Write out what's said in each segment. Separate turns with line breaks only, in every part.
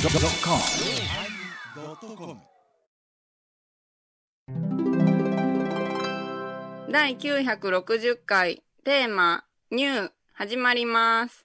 yosmir
第960回テーマ「ニュー」始まります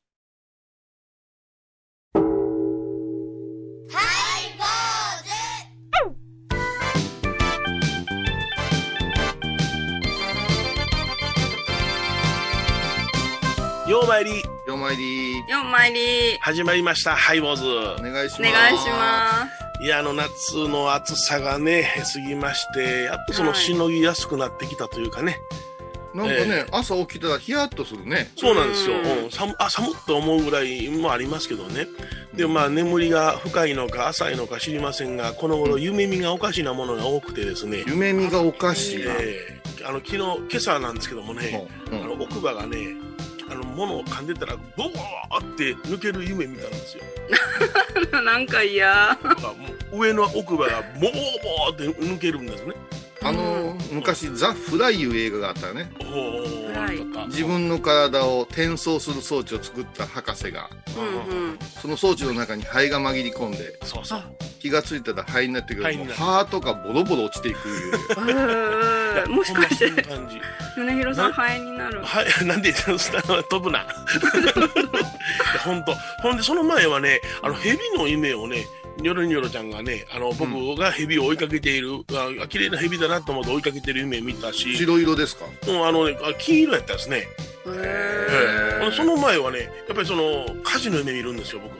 ようまいり
よまいり
4枚入り
始まりましたハイボーズ
お願いし
お
ます。
願いします
いやあの夏の暑さがね過ぎましてやっとその
はい
しのぎやすくなってきたというかね、
す。なんかね、朝起きたらヒヤッとするね。
そうなんですよ、
うん
うん、寒あ寒っと思うぐらいもありますけどねでもまあ眠りが深いのか浅いのか知りませんがこの頃夢見がおかしなものが多くてですね、
夢見がおかしいな。
えーあの昨日今朝なんですけどもね、
う
あ
ん
の奥歯がねあの物を噛んでたらボワーって抜ける夢見たんです よ
なんか嫌
なんかもう上の奥歯がボーボーって抜けるんですね
あのー昔ザ・フライいう映画があったよね
おー
はい
よかった
自分の体を転送する装置を作った博士が
うんうん
その装置の中に肺が紛り込んで
そうそう
気がついたら肺になってく
肺
る
に
も
な
う
る
ハートがボロボロ落ち ていくいう
うー もしかし
ほんま
て
そんな感じ
米広さんハエになる
はい、なんで、飛ぶな。いやほんと。ほんで、その前はね、あの、蛇の夢をね、ニョロニョロちゃんがね、あの、僕が蛇を追いかけている、あ、綺麗な蛇だなと思って追いかけてる夢見たし、
白色ですか
うん、あのね、あ金色やったんですね。
へ
へー
ほんでその前はね、やっぱりその、火事の夢見るんですよ、僕。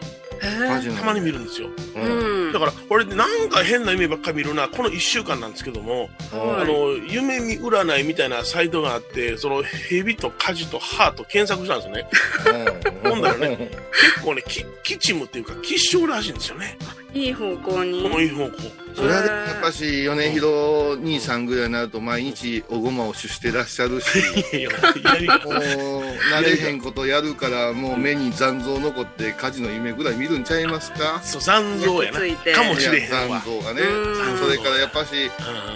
マジ
たま
な
に
の
見るんですよ。
う
うんん
だから、俺、なんか変な夢ばっかり見るな、この1週間なんですけども、
はい
あの、夢見占いみたいなサイトがあって、その、蛇と火事とハート検索したんですね。
うん
今度は ね結構ね、きキチムっていうか、吉祥らしいんですよね。
いい方向に
このいい方向。
それはでもやっぱし米広兄さんぐらいになると毎日おごまを主してらっしゃるし
いやいやいや
もう慣れへんことやるからもう目に残像残って火事の夢ぐらい見るんちゃいますか
そう、残像やな。
ついて
かも
い
し
や
れへんわ
残。像がね
うん
それからやっぱし
うん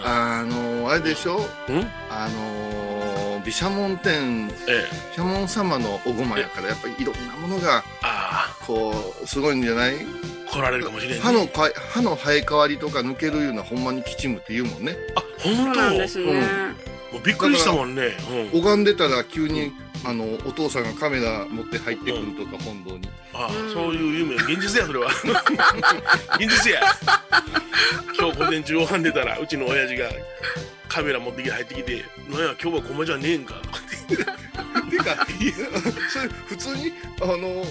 あのあれでしょ
うん
あの毘沙門天毘
ええ。
沙門様のおごまやからやっぱりいろんなものが
あ
こうすごいんじゃない
あ、来られるかもしれへんね。
歯のか歯の生え変わりとか抜けるいうのはほんまにきちむって言うもんね
あ、
そ
本
う
当
なんですね
もうびっくりしたもんね。うん。
拝んでたら急にあのお父さんがカメラ持って入ってくるとか本堂に
ああ
うん、
そういう夢、現実や、それは。 現実や。今日午前中拝んでたら、うちの親父がカメラ持ってきて入ってきて、なんや、今日は駒じゃねえんか。
てか、それ普通に、あの、ね、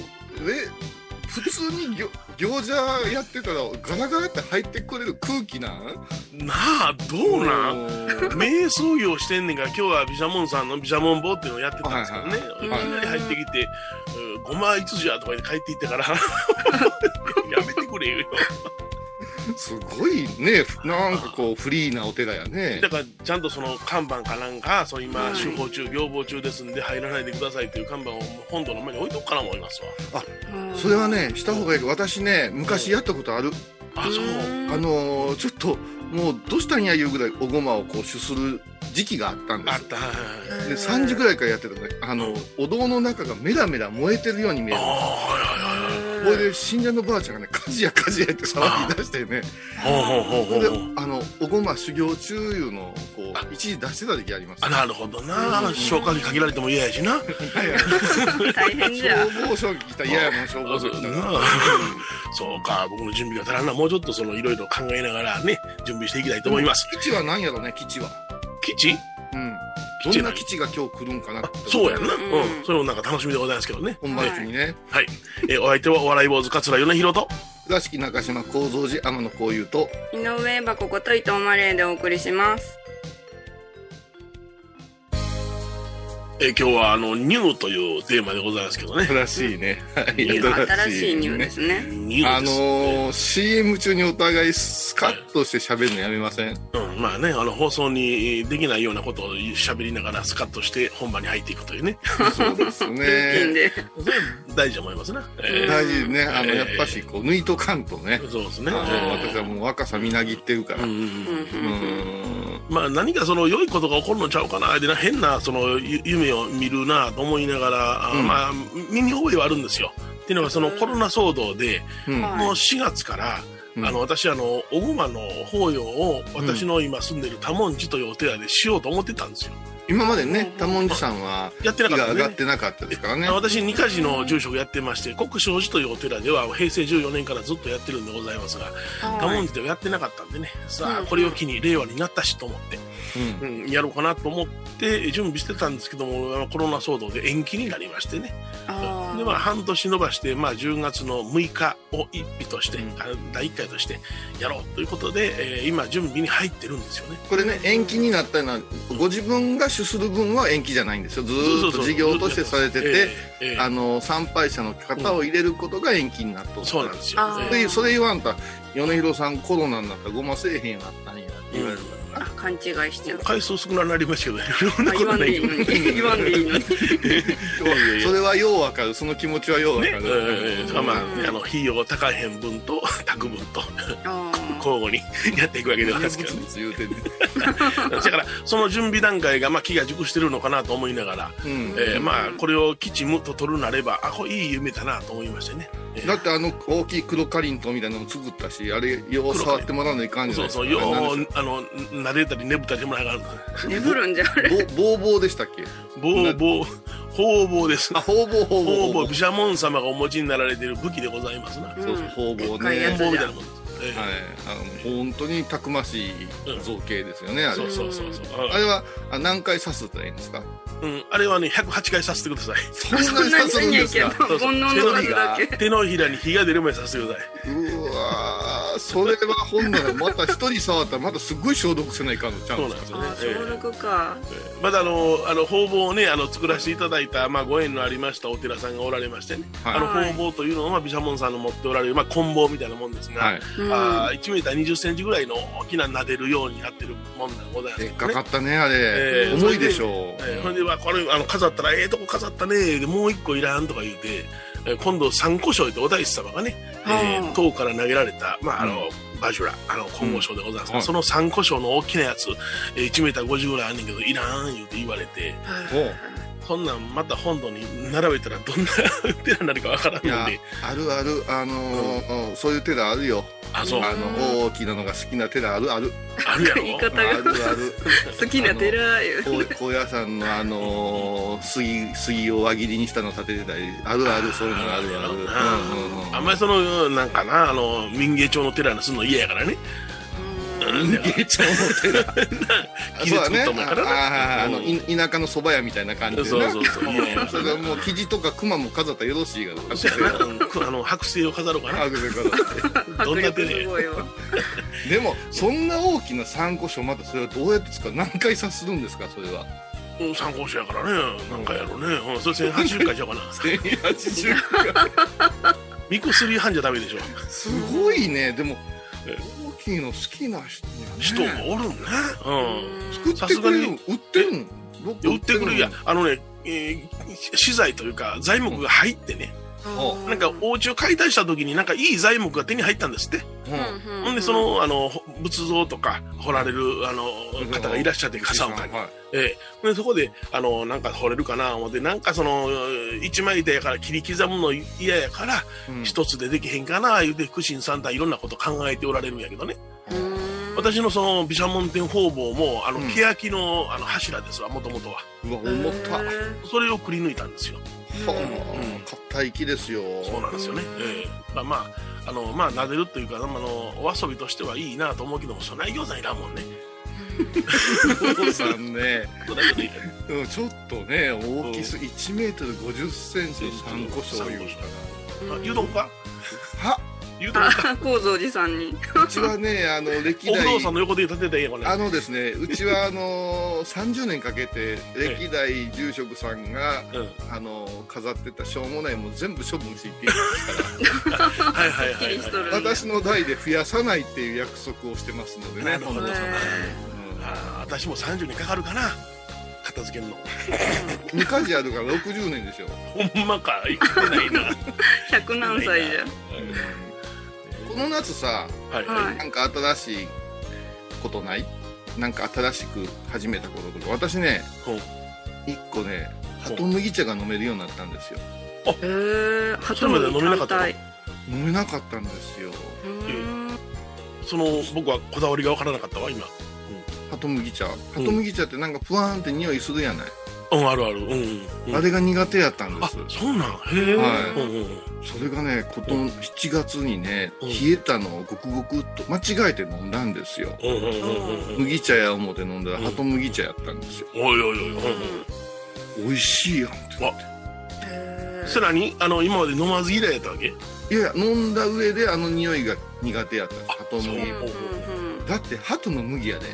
普通に餃餃子やってたら、ガラガラって入ってくれる空気なん
なあ、どうなん
ん
瞑想業してんねんから今日は毘沙門さんの毘沙門坊っていうのをやってたんですけどね、
は
はい
い
いきなり入ってきて「うんごまいつじゃ」とか言って帰っていったからやめてくれよ
すごいね、なんかこう、フリーなお寺やね
だ。からちゃんとその看板かなんかそう今
はい
修法中行法中ですんで入らないでくださいっていう看板を本堂の前に置いとくかな思いますわ
うん
それはね、した方がいいけど。私ね、昔やったことある。
あそう
あのーちょっと、もう、どうしたんやいうぐらい、おごまをこう、主する時期があったんで
あっ
す。
たはい
で、3時ぐ
らい
らいからやってたね。あの、お堂の中がメラメラ燃えてるように見え
あ
る。
あ
これで信者のばあちゃんがね火事や火事やって騒ぎ出してね
はいはいはいほうほう
そ
ほう
れで
ほうほう
あのおごま修行中いうのをこう一時出してた時ありました
あなるほどな消火器限られても嫌やしな
はいはい
大変じゃん
消防署来たら嫌やもん消防署来たら
なあそうか僕の準備が足らんなもうちょっとそのいろいろ考えながらね準備していきたいと思います、
基地は何やろね基地は
基地
うん
基
ど
地
ん
な
ない基地が今日来るんかなって
そうやんな、う
うんん
それもなんか楽しみでございますけどね
本番中にね
はい、えーお相手はお笑い坊主桂米宏と
倉敷中島幸三寺天野幸雄と
井上はここと伊藤マレーでお送りします
えー今日はあの「ニュー」というテーマでございますけどね
新しいねはい
新しいニューですね
ニュ
あ
ー
の
です、
ー CM 中にお互いスカッとして喋るのやめません
うん、まあねあの放送にできないようなことを喋りながらスカッとして本番に入っていくというね
そうです
ルーティン
ね
で
それ大事だと思いますね、え
大事ねあの
えー
やっぱしこう抜いとかんとね
ーそうですね、
あ
もう
ー
私はもう若さみなぎってるか
えー
ら。
う
うん
うんうん
うん
ん。
まあ何かその良いことが起こるのちゃうかなでな変なそのゆ夢を見るなと思いながら、あ
うん
まあ身に覚えはあるんですよ。っていうのがそのコロナ騒動で、
うん
はい
もう4月から、
うん
あの私あの小熊の法要を私の今住んでる多文寺というお寺でしようと思ってたんですよ
今までね多文字さんは
やって
火
なか
が
った
上
んで
がっ
ね
てなかったですからね
あの私二カ寺の住職やってまして国生寺というお寺では平成14年からずっとやってるんでございますが多
はい
文字ではやってなかったんでねさ
う
あ
ん
これを機に令和になったしと思って、
うん
うん、やろうかなと思って準備してたんですけどもあのコロナ騒動で延期になりましてね
あー
でまあ半年延ばして、まあ、10月の6日を一日として、
うん
あの第1回としてやろうということで、えー今準備に入ってるんですよね。
これね延期になったのはご自分が主する分は延期じゃないんですよず
そ
ー
う
っ
そ
と
うそう
事業としてされてて、
えーえー
あの参拝者の方を入れることが延期になっと
そうなんですよ
あ。ー
え
でそれ言わんと米広さんコロナになったらごませえへんようになったんやって言われるから
あ
な、
勘違いしちゃう
ー。回数少なくなりましたけど、ね、そんな
あ
こ
言わ
と
ん
な
で
い
い
け
い
ど
のに。言わんでいいのに。
いやいやいや
それはようわかるその気持ちはようわか
ね、え
る、
ーそれはまあ、
うん
あの費用高い辺分と宅分と
あー
交互にやっていくわけではないですけどね。
言うてんね
だからその準備段階がまあ気が熟してるのかなと思いながら、
うん
えーまあ
うん
これを吉夢と取るなればあこれいい夢だなと思いましてね。えー
だってあの大きい黒かりんとうみたいなのも作ったしあれよう触ってもらわないかんじゃな
そ
いうです
そ
か
う、よ
あ
う
れなんでし、
あの、撫でたり、ねぶったりもながら、
眠るんじゃんあ れ。
ょうぼうぼうでしたっけ
ぼ うぼう、ほうぼうです。
あほ
ほ
うぼうほうぼ
う
う
ぼう、毘沙門様がお持ちになられている武器でございますな。
そうそうほうぼうね
でっかい
ほ
や
う
つ
ぼうみ
じ
たい
ゃ。
なんもんです。ええ
はいあの本当にたくましい造形ですよね、あ
そ
れ
うそうそうそう。
あれはあ何回刺すって言うんですか
うん、あれはね、108回させてく ださい。
そん
そんなにないんやけど、
そうそ
煩
う
悩の数だけ。
手のひらに火が出るまでさせてください。
うわーそれは本ならまた一人触ったらまたすっごい消毒せないかんのちゃう
そうんな
で
ん
す
で
か
すよね
ああ、。
ええ
消毒か。
まだあの、あの、方々をね、あの、作らせていただいた、まあ、ご縁のありましたお寺さんがおられましてね。
はい
あの、
はい
方々というのは、毘沙門さんの持っておられる、まあ、棍棒みたいなもんですが、
はい
うん
あー1メーター20センチぐらいの大きな撫でるようになってるもんでございます
でっ
けど
か
ね
かったねあれ、
ええ
重いでしょう、
えーほんではこれあの飾ったらええとこ飾ったねでもう一個いらんとか言うて、えー今度三胡椒でお大師様がね、え
は
ー
あ
塔から投げられた、まああの
う
バジュラあの金剛賞でございますが、
はい
その三胡椒の大きなやつ、えー、1メーター50ぐらいあんねんけどいらん言うて言われて
はい
おう
そんなんまた本土に並べたらどんな 寺になるかわからん
いや
ので
あるあるあのーうんそういう寺あるよ
あそう
うん
あ
あ
の大きなのが好きな寺あるある
るや
言い
ろ
あ
方
るあ
が
る
好きな寺いう。
高高野山のあのー杉杉を輪切りにしたの立ててたりあるあるそういうのがあるある
あ
うんうんうん
あんまりそのなんかなあの民芸町の寺にすんの嫌やからね
うん
人間
ちゃん の寺
木で作ったもんやから
あ
な
あのい田舎の蕎麦屋みたいな感じで、ね、
そうそうそう嫌やから
それからもう生地とか熊も飾ったらよろしいがな
そうやなうんあの白星を飾ろうか
あごめんごめん
ど
迫
んな手
力
です
ごいわ。
でもそんな大きな参考書またそれはどうやって使う何回刺するんですかそれ は
な参考書やからねなんかやろうね、うん、それ1080回ちゃうかな
1080
ミクスリーハンじゃダメでしょ
すごいねでも
え
大きいの好きな人にはね
人もおるんねうん
作ってくれる売ってるのどっか
いや売ってくれるやあのね、えー資材というか材木が入ってね、
お
なんかお家を解体した時になんかいい材木が手に入ったんですって、
うん
ほんでそのあのほ仏像とか掘られるあの方がいらっしゃって笠岡に、
はい
ええ、でそこであのなんか掘れるかな思ってなんかその一枚板やから切り刻むの嫌やから
うん
一つでできへんかな言うて苦心さんたいろんなこと考えておられるんやけどね
うん
私のその毘沙門天方々もあの
うん
欅のあの柱ですわもともとは
うわ重た
へ
は
それをくり抜いたんですよ
あ硬い木ですよ
そうなんですよね
うん
ええまあまああのまあ撫でるというかまああのお遊びとしてはいいなと思うけどもそない餃子いらんも んね
お父さんね
そないこといらん
うんちょっとね大きす1メートル5 0ンチの参考書を言うか
あ言うとこか
らは
言うとこ か
あ、構造寺さんに。
うちはね あの歴
お不動
代
産の横で建てたらええやんこれ
あのですねうちはあの30年かけて歴代住職さんが
うん
あの飾ってたしょうもないもん全部処分していっていい
はいはい
すっき
はい
りしとる
は
ん
い
や
私の代で増やさないっていう約束をしてますのでね
なるほど
へ
あー私も30年かかるかな片付けんの
2家事あるから60年でしょ
ほんまか言ってない な
百何歳じゃ。
この夏さ
はい
は
はい
なんか新しいことないなんか新しく始めたこととか私ね
ほう
一個ね鳩麦茶が飲めるようになったんですよ
へえ、
それまで飲めなかったの
鳩麦単体
飲めなかったんですよ
うーん
その僕はこだわりがわからなかったわ今
鳩麦茶鳩麦茶ってなんかプワーンって匂いするやない、
うんあるあるうん、うん、
あれが苦手やったんで
あ
す
そうなんへえ、
はい
うんうんうん
それがねこと
うん
7月にね
うん
冷えたのをごくごくっと間違えて飲んだんですよ
うんうんうんうんうん
麦茶や思うて飲んだら
うん
鳩麦茶やったんですよ
おいおいおいおい、うんうん
美味しいやんっ
へー
それ何あの今まで飲まず嫌いやったわけ
ていや飲んだ上であの匂いが苦手やったんです鳩
そう
麦
うんうんうん
だって鳩の麦やで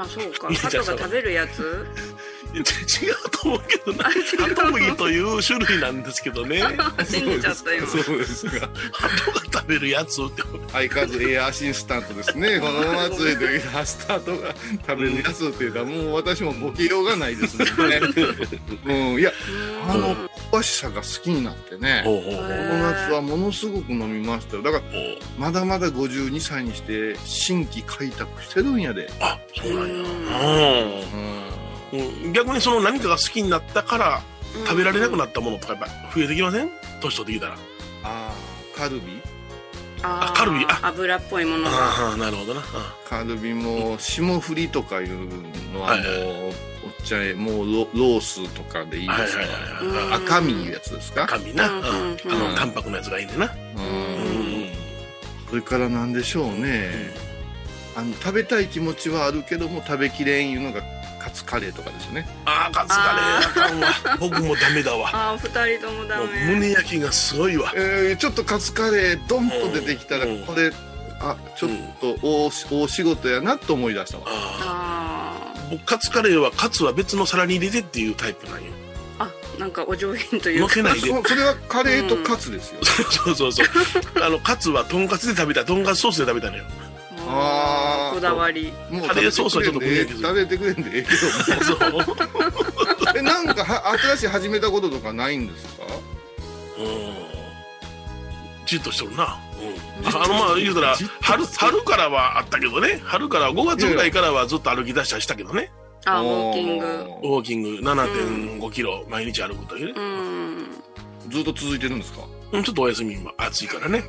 あ、そうか。
いや
鳩が食べるやつ
違うと思うけどな鳩麦という種類なんですけど ね
信じちゃった今。
そうですか
鳩が食べるやつって
相変わらずエアアシスタントです ねこのままついてきたスタートが食べるやつっていうのはもう私もボケようがないですもん ねうんいやあ
うん
の香ばしさが好きになってね
ほうほうほう
こ
へ
の夏はものすごく飲みましたよだから
ほう
まだまだ52歳にして新規開拓してるんやで
あそうなんや
う
うん逆にその何かが好きになったから
うん
食べられなくなったものとかやっぱ増えてきません年取ってきたら
あーカルビ
あー
あカルビあ
油っぽいものが。
ああなるほどなあ
カルビも霜降りとかいうのはもう
はいは
おっちゃんもうロロースとかでいい
はい
で
はい
すか
はいはい
うん
赤身いうやつですか
赤身な、うん
うんうんうん
あの淡白なやつがいいんでな、
う
うん
ん
うん
それからなんでしょうね、あの食べたい気持ちはあるけども食べきれんいうのがカツカレーとかですね
ああカツカレーあかんわ僕もダメだわ
あー、二人ともダ
もう
メ。
胸焼きがすごいわ
えーちょっとカツカレードンと出てきたら
うん
これあちょっと大し大仕事やなと思い出したわ
あ
あ
あ僕カツカレーはカツは別の皿に入れてっていうタイプなんよ
あ。あ、なんかお上品という
の
か。
せないで
そそれはカレーとカツですよ、
そうそうそうあのカツはとんかつで食べたとんかつソースで食べたのよ
あー
あー
こだわり。
もう
カ
食
レ
べ
ーソースはちょっと
てくれんでええ
無理や
食べてくれんでええけども
そう
えなんかは新しい始めたこととかないんですか
うんじっとしとるな、うん、
じっと
あのまあ言うたら
じっとし
春
とる
春からはあったけどね春から5月ぐらいからはずっと歩き出したりしたけどね
あー、ウォーキング。
ウォーキング7 5キロ毎日歩くとい
う
うね、
ん。
ずっと続いてるんですか
うん、ちょっとお休み今暑いからね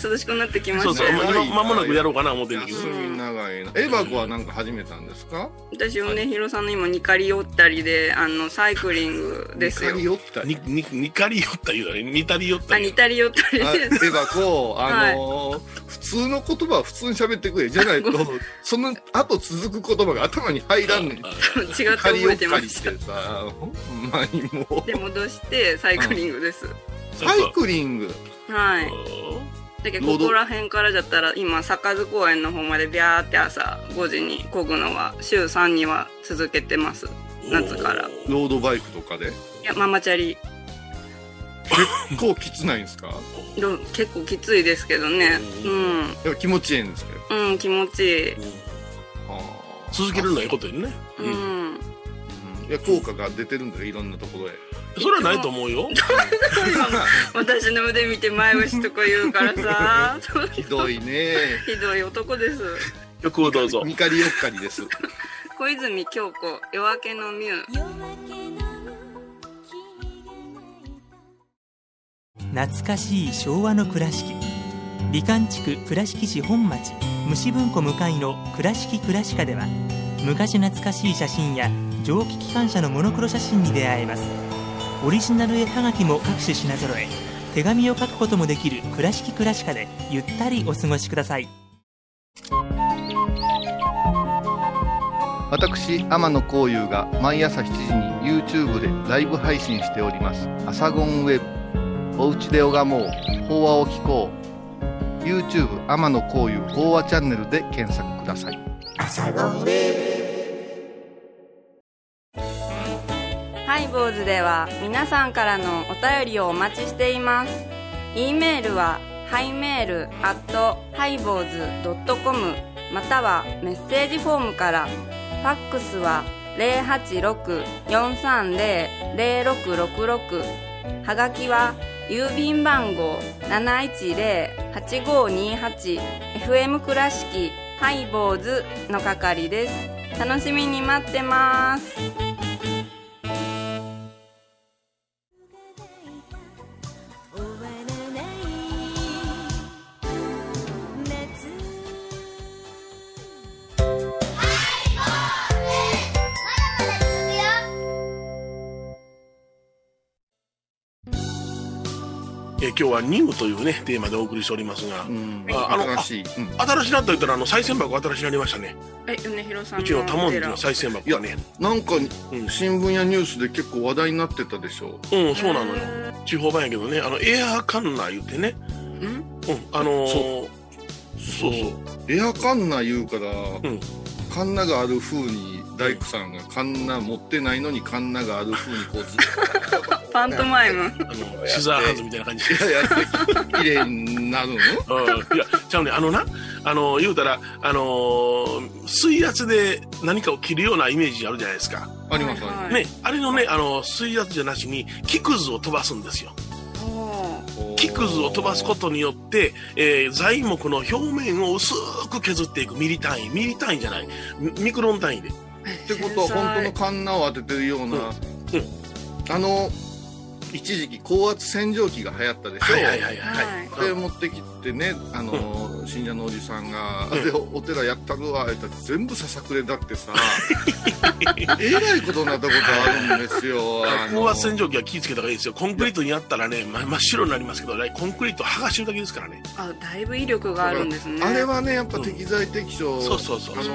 涼しくなってきま
そう
し
そ
た
う
よ。
ま
長い
今まもなくやろうかな思ってるけど
休み長いなエバ子は何か始めたんですか
私ヨネヒロさんの今ニカリオッタリであのサイクリングですよ
カ。リオった
にににかりよった言うたらにたりよった
あ
言う
ニタリオッタリ
あ
で
エ
す。
バ子、あのー普通の言葉は普通に喋ってくれ。じゃないと、その後続く言葉が頭に入らんね
違
ん。
って
カリオ
覚え
ッ
て
カ
ま
リっ
した。
てさ、ほんまにもう。
で戻してサイクリングです。
そう
サ
そう
イクリング。
はい。だけどここら辺からだったら今坂津公園の方までビャーって朝5時に漕ぐのは週3には続けてます夏から
おー
ロードバイクとかで。
いやママチャリ
こうきつないんですか
どう結構きついですけどね
やっぱ気持ちいいんですけど。
うんうん気持ちいい
うん
あー
続けるのはいいことよね、
う
うん
ん
うんいや、効果が出てるんだよ、いろんなところへ。
それはないと思うよ
私の腕見て前虫とか言うからさそう
ひどいね。
ひどい男です
曲をどうぞ
ミカリオッカリです。
小泉京子夜明けのミュウ
懐かしい昭和の倉敷美観地区倉敷市本町虫文庫向かいの「倉敷倉歯科」では昔懐かしい写真や蒸気機関車のモノクロ写真に出会えますオリジナル絵はがきも各種品揃え手紙を書くこともできる「倉敷倉歯科」でゆったりお過ごしください
私天野幸雄が毎朝7時に YouTube でライブ配信しております「アサゴンウェブ」「おうちで拝もう法話を聞こう」YouTube 天野幸雄法話チャンネルで検索ください
ハイボーズでは皆さんからのお便りをお待ちしています。e メールはハイメールアットハイボーズドットコムまたはメッセージフォームから。ファックスは086-430-0666はがきは郵便番号710-8528 FM 倉敷ハイボーズの係です。楽しみに待ってます。
えー今日はニムというね、テーマでお送りしておりますが
う、ん、
ああの
新しい、うん、
新しいなと言ったら、あの、再銭箱新しいなりましたね。
え、米広さん
う
の
ちの多文字の
お寺
再銭箱がね。
なんか
うん
新聞やニュースで結構話題になってたでしょ
うん、そうなのよ。地方版やけどね、あの、エアーカンナ言ってね、
うん
うん、あのー
そ
そうそう。
エアカンナ言うから、
ん
カンナがある風に大工さんがカンナ持ってないのにカンナがある風にこうずっと
パントマイム
あの、シザーハンズみたいな感じ で。
いやいや綺麗になるの
うんいや、ちゃうね、あのな、あの、言うたら、あのー水圧で何かを切るようなイメージあるじゃないですか。
ありますあり
は
ま
い
ね、あれのね、あの、水圧じゃなしに、木くずを飛ばすんですよ。
お
す
木くずを飛ばすことによって、えー材木の表面を薄く削っていくミリ単位、ミリ単位じゃない、ミミクロン単位で。
ってことは本当のカンナを当ててるような、
うんうん
あの一時期高圧洗浄機が流行ったでしょ、
はいはいはいはい。
はい
うん
で持ってきてねあの、信者のおじさんが「
うん
でおお寺やったるわ」言ったら全部ささくれだって さえらいことになったことあるんですよあの
高圧洗浄機は気ぃつけた方がいいですよ。コンクリートにやったらね、ま真っ白になりますけど、あれコンクリート剥がしてるだけですからね。
あだいぶ威力があるんですね
あれはねやっぱ
うん
適材適所、
そうそうそう。
あ
はい
の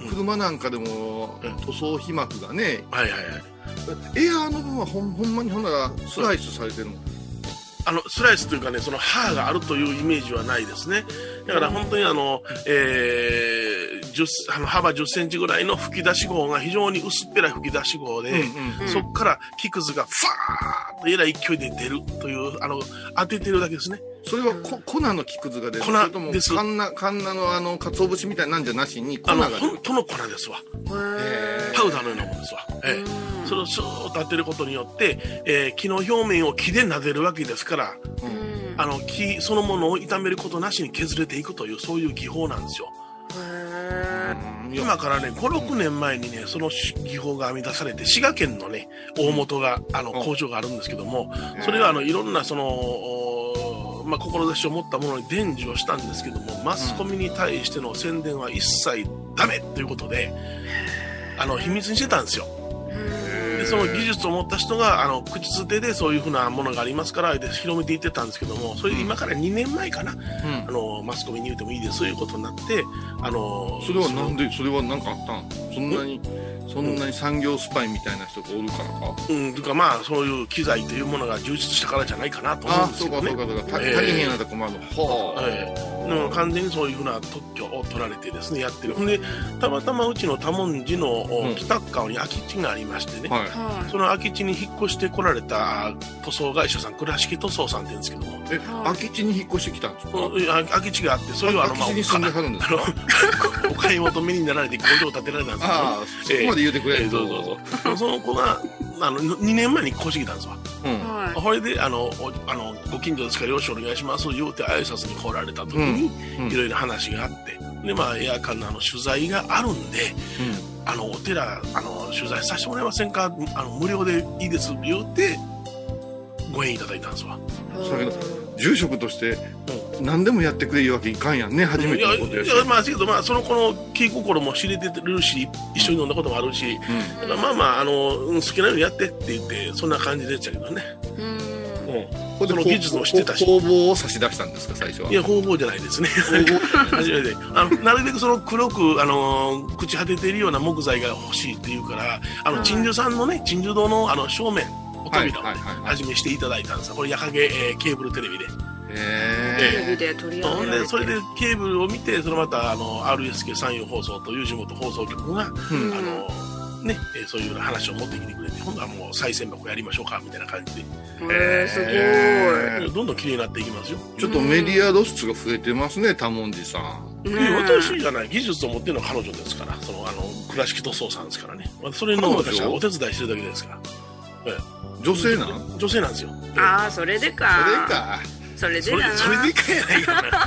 うん
車なんかでも
うん
塗装皮膜がね
はいはい。
エアーの分はほんほんまにほんならスライスされてるの
あのスライスというかね、その歯があるというイメージはないですね。だから本当にあの、えー、10あの幅10センチぐらいの吹き出し号が非常に薄っぺらい吹き出し号で、
うん
そこから木くずがファーッとえらい勢いで出るという、あの、当ててるだけですね。
それはこ粉の木くずが出るそ
粉
れとも
です
カンナカンナのあの鰹節みたいなんじゃなしに粉
あの、
が出
本
る
当の粉ですわ。
え
パウダーのようなものですわ。ええそれをスーッと当てることによって、えー木の表面を木で撫でるわけですから、
う
うんん
あの木そのものを傷めることなしに削れていくという、そういう技法なんですよ。
へ
うんいや
今からね56年前にねその技法が編み出されて滋賀県のね大元があの
うん
工場があるんですけども
うん
それがあのいろんなその、おまあ、志を持ったものに伝授をしたんですけどもマスコミに対しての宣伝は一切ダメということであの秘密にしてたんですよ
へ
で
ー
その技術を持った人があの口づてでそういうふうなものがありますからで広めていってたんですけどもそれで今から2年前かなあのマスコミに言うてもいいですそういうことになってあの
それはなんでそれはなんかあったんそんなにそんなに産業スパイみたいな人がおるからか
うん、というかまあそういう機材というものが充実したからじゃないかなと思うん
あ
です
そう
け
か
ど
そ
ね
う。かそうかた足
え
り
ー
へんようなとこもあるのほう
ええでも完全にそういうふうな特許を取られてですねやってるほんでたまたまうちの多文字の
うん
北側に空き地がありましてね、
はい
は
その空き地に引っ越してこられた塗装会社さん倉敷塗装さんって言うんですけども
え空き地に引っ越してきたんですか
このあ空き地があってそれはあのま
空き
あ
地に住んではるんですか
おお買い求めになられて工場を建てられたんですけ
ああそこま
どね、
で言うてくれ
ええ
る
そうそうそうその子があの2年前に越してきたんですわ
うん
は
それであのおあのご近所ですからよろしくお願いします言うて挨拶に来られた時に
うんうん
いろいろ話があってでまあエアカンナの取材があるんであのお寺あの取材させてもらえませんかあの無料でいいです言うてご縁いただいたんですわ
い
それが住職として何でもやってくれいうわけいかんやんね初めてのことや
い
し
やいやまあせやけどまあその子の気心も知れてるし一緒に飲んだこともあるし、
うん
まあまあまああのうん好きなようにやってって言ってそんな感じでしたけどね、
うん
う
これで
その技術を知ってたし
工房を差し出したんですか最初は
ん、いや方法じゃないですね
工房
初めてあのなるべくその黒く、あの朽ち果てているような木材が欲しいっていうからあ
は
の
い
鎮守さんのね鎮守堂のあの正面お扉を
はい
ね
はいはいはい
始めしていただいたんですよこれ矢影、えーケーブルテレビで、
テ
へ
レビで取り上
ほ
げ
ん
られ
で
て
それでケーブルを見てそれまたあの RSK 山陽放送という地元放送局が、
うん
あのね、えーそういうような話を持ってきてくれて今度はもう再選箱やりましょうかみたいな感じで、
へえすごい
へ
どんどん綺麗になっていきますよ、
ちょっとメディア露出が増えてますね多文字さん
いや私じゃない技術を持ってるのは彼女ですからそのあの倉敷塗装さんですからねまあそれの
彼
私は
女
お手伝いしてるだけですから
女性なんそれ
女性なんですよ
ああそれでか
か
それで
それ
だな
それでかいやないかな
なんか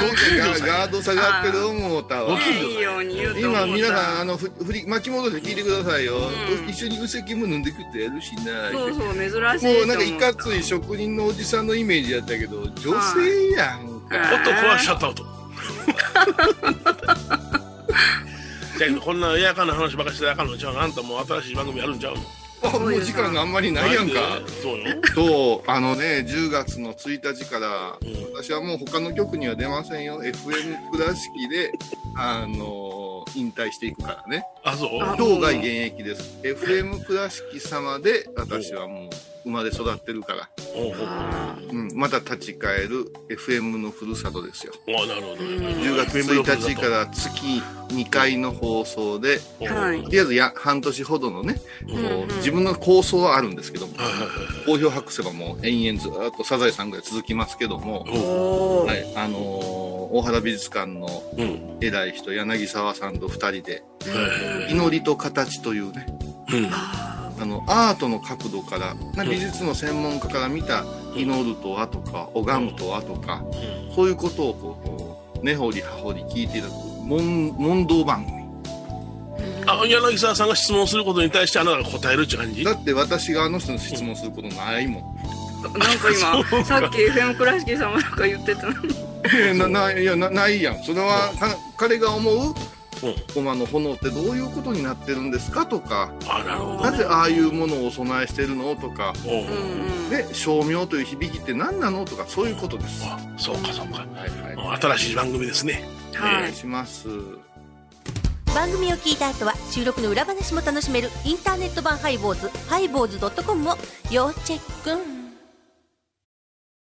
ご近所さん
ガード下がってる思うた
ご
わ
近所
いいように言うと思う
今皆さんあ
ん
のふ振り巻き戻して聞いてくださいよ、
うん
一緒にうせきも飲んでくってやるしな
そうそう珍しいと
も
思
うなんかいかつい職人のおじさんのイメージやったけど女性やんか、
はい
男はシャット アウトじゃあこんなややかな話ばっかりしてたらあかんのちゃうのあんたもう新しい番組やるんちゃうの
あもう時間があんまりないやんか
なんでそうよ。
そうあのね10月の1日から
うん
私はもう他の局には出ませんよ FM 倉敷であの引退していくからね
あ、そう
あ
生涯現役です、FM 倉敷様で私はもう生まれ育ってるから、
おうおうおう
あ
うん、また立ち返る FM のふるさとですよ
おうなるほど。
10月1日から月2回の放送で
ら
はい
とりあえずや半年ほどのね、
うん
こう
はい
うん
自分の構想はあるんですけども
はい
好評博せばもう延々ずーっとサザエさんぐらい続きますけども、
はい。
ー
おう
お
は
ー
い、あのー大原美術館の
うん。
偉い人柳沢さんと2人で「
は
祈りと形」というね
うん。
あ
あのアートの角度からな
うん
美術の専門家から見た
うん
祈るとはとか拝むとはとかそういうことをこう根掘り葉掘り聞いていただく問問答番組
ー
あ、柳沢さんが質問することに対してあなたが答えるって感じ
だって私があの人の質問することないもん
なんか今さっき FM 倉敷さんもなんか言ってたのに
えなないいやなないやんそれはか彼が思う
うん
駒の炎ってどういうことになってるんですかとか
あ、なるほど
な。ぜああいうものをお供えしてるのとか
おう
うんうん
で照明という響きって何なのとかそういうことですは
あ、そうかそうか。
いはい
新しい番組ですね。
お
は
願
い
いします
番組を聞いた後は収録の裏話も楽しめるインターネット版ハイボーズハイボーズドットコムを要チェック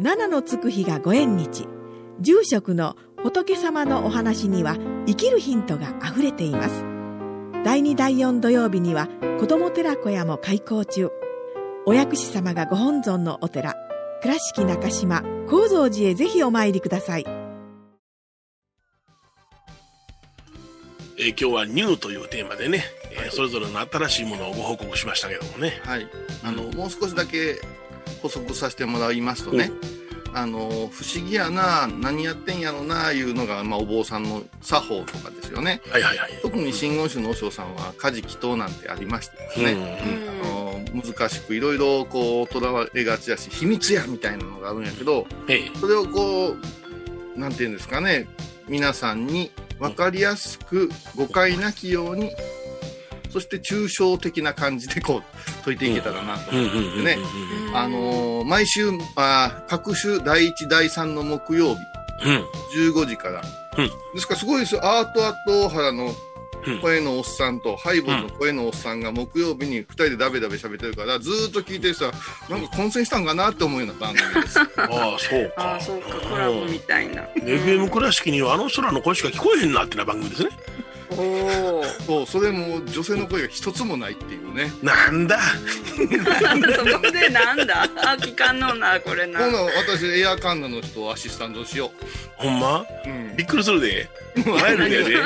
七のつく日がご縁日住職の仏様のお話には生きるヒントがあふれています第2第4土曜日には子ども寺小屋も開校中お薬師様がご本尊のお寺倉敷中島・高蔵寺へぜひお参りください
えー今日はニューというテーマでね、えーそれぞれの新しいものをご報告しましたけどもね。
はいあのもう少しだけ補足させてもらいますとねあの不思議やな何やってんやろないうのが、まあ、お坊さんの作法とかですよね
はいはいはい。
特に真言宗の和尚さんは家事祈祷なんてありましたよね、
ね。
あの難しくいろいろこうとらわれがちやし秘密やみたいなのがあるんやけど
え
それをこうなんていうんですかね皆さんに分かりやすく誤解なきようにそして抽象的な感じでこう解いていけたらなと
え。う
思
ん
っ
うんうんうんう
て
ん
ね、あのー毎週あー各週第1第3の木曜日
うん。
15時から、
うん
ですからすごいですよアートアート大原の
うん
声のおっさんと、ハイボーズの声のおっさんが木曜日に2人でダベダベ喋ってるからずーっと聞いてる人はなんか混戦したんかなって思うような番組です
ああ、そうか。
あーそうかコラボみたいな
FM 倉敷にはあの空の声しか聞こえへんなってな番組ですね。
おお
そうそれも女性の声が一つもないっていうね
なんだ
そこでなんだあ聞かんのなこれな
今度私エアカンナの人をアシスタントしよ
ほんま
う、うん
びっくりするで。
もう
ワイルドやで
も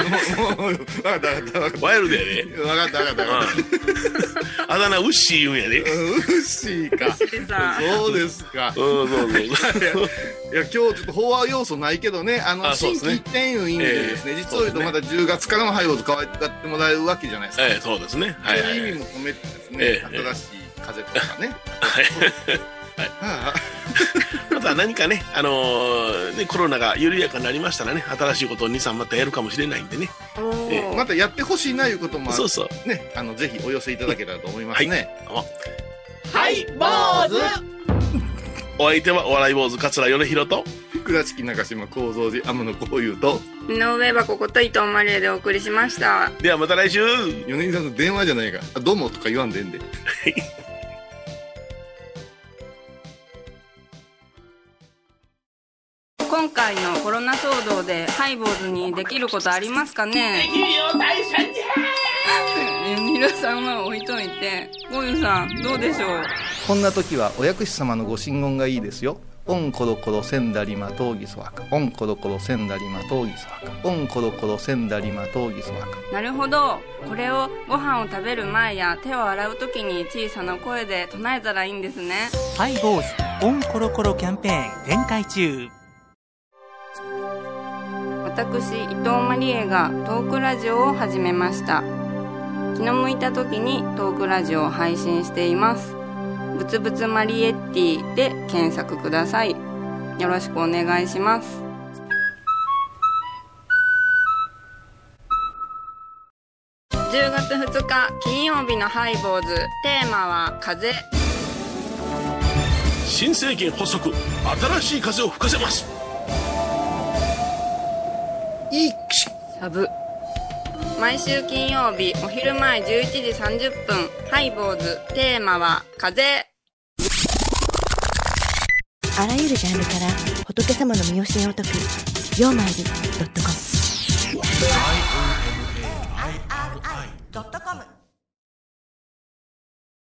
うもうあだだだ
ワイルドやで。
分かった分かった分かっ
うんあだ名ウッシー言うんやで。うん
たうんうっしーか
でさ
そうです か
そうそう
いやいや今日ちょっと飽和要素ないけどねあの
あそう
新
ですね
規一点いう意味でですね、
ええ
実を言うとまだ10月からもハイボーズ可愛がってもらえるわけじゃないですか、
ええそうですね。はいは
そ
い
う
は
う
いい。
意味も込めてですね、
ええ
新しい風とかね、
はい
はあ
あとは何かね、あのーね、コロナが緩やかになりましたらね、新しいことを2、3またやるかもしれないんでね。
おお
え
またやってほしいないうこともあ
そうそう。
ねあのぜひお寄せいただけたらと思いますね、
はい坊主
お相手はお笑い坊主桂米広と、
倉敷中島幸三寺天野幸雄と
井上はここと伊藤マリエでお送りしました
ではまた来週
米井さんの電話じゃないかあどうもとか言わんでええんで
今回のコロナ騒動でハイボーズにできることありますかね できるよ大社じゃ皆さんは置いといてゴミさんどうでしょう
こんな時はお薬師様のご神言がいいですよ
オンコロコロセンダリマトウギソワカオンコロコロセンダリマトウギソワカオンコロコロセンダリマトウギソワカ
なるほどこれをご飯を食べる前や手を洗う時に小さな声で唱えたらいいんですね
ハイボーズオンコロコロキャンペーン展開中
私伊藤マリエがトークラジオを始めました気の向いた時にトークラジオを配信していますぶつぶつマリエッティで検索くださいよろしくお願いします10月2日金曜日のハイボーズテーマは風
新政権発足新しい風を吹かせますいい
サブ毎週金曜日お昼前11時30分ハイボーズテーマは風
あらゆるジャンルから仏様の身教えを解く「曜マイルドットコム」
ドットコム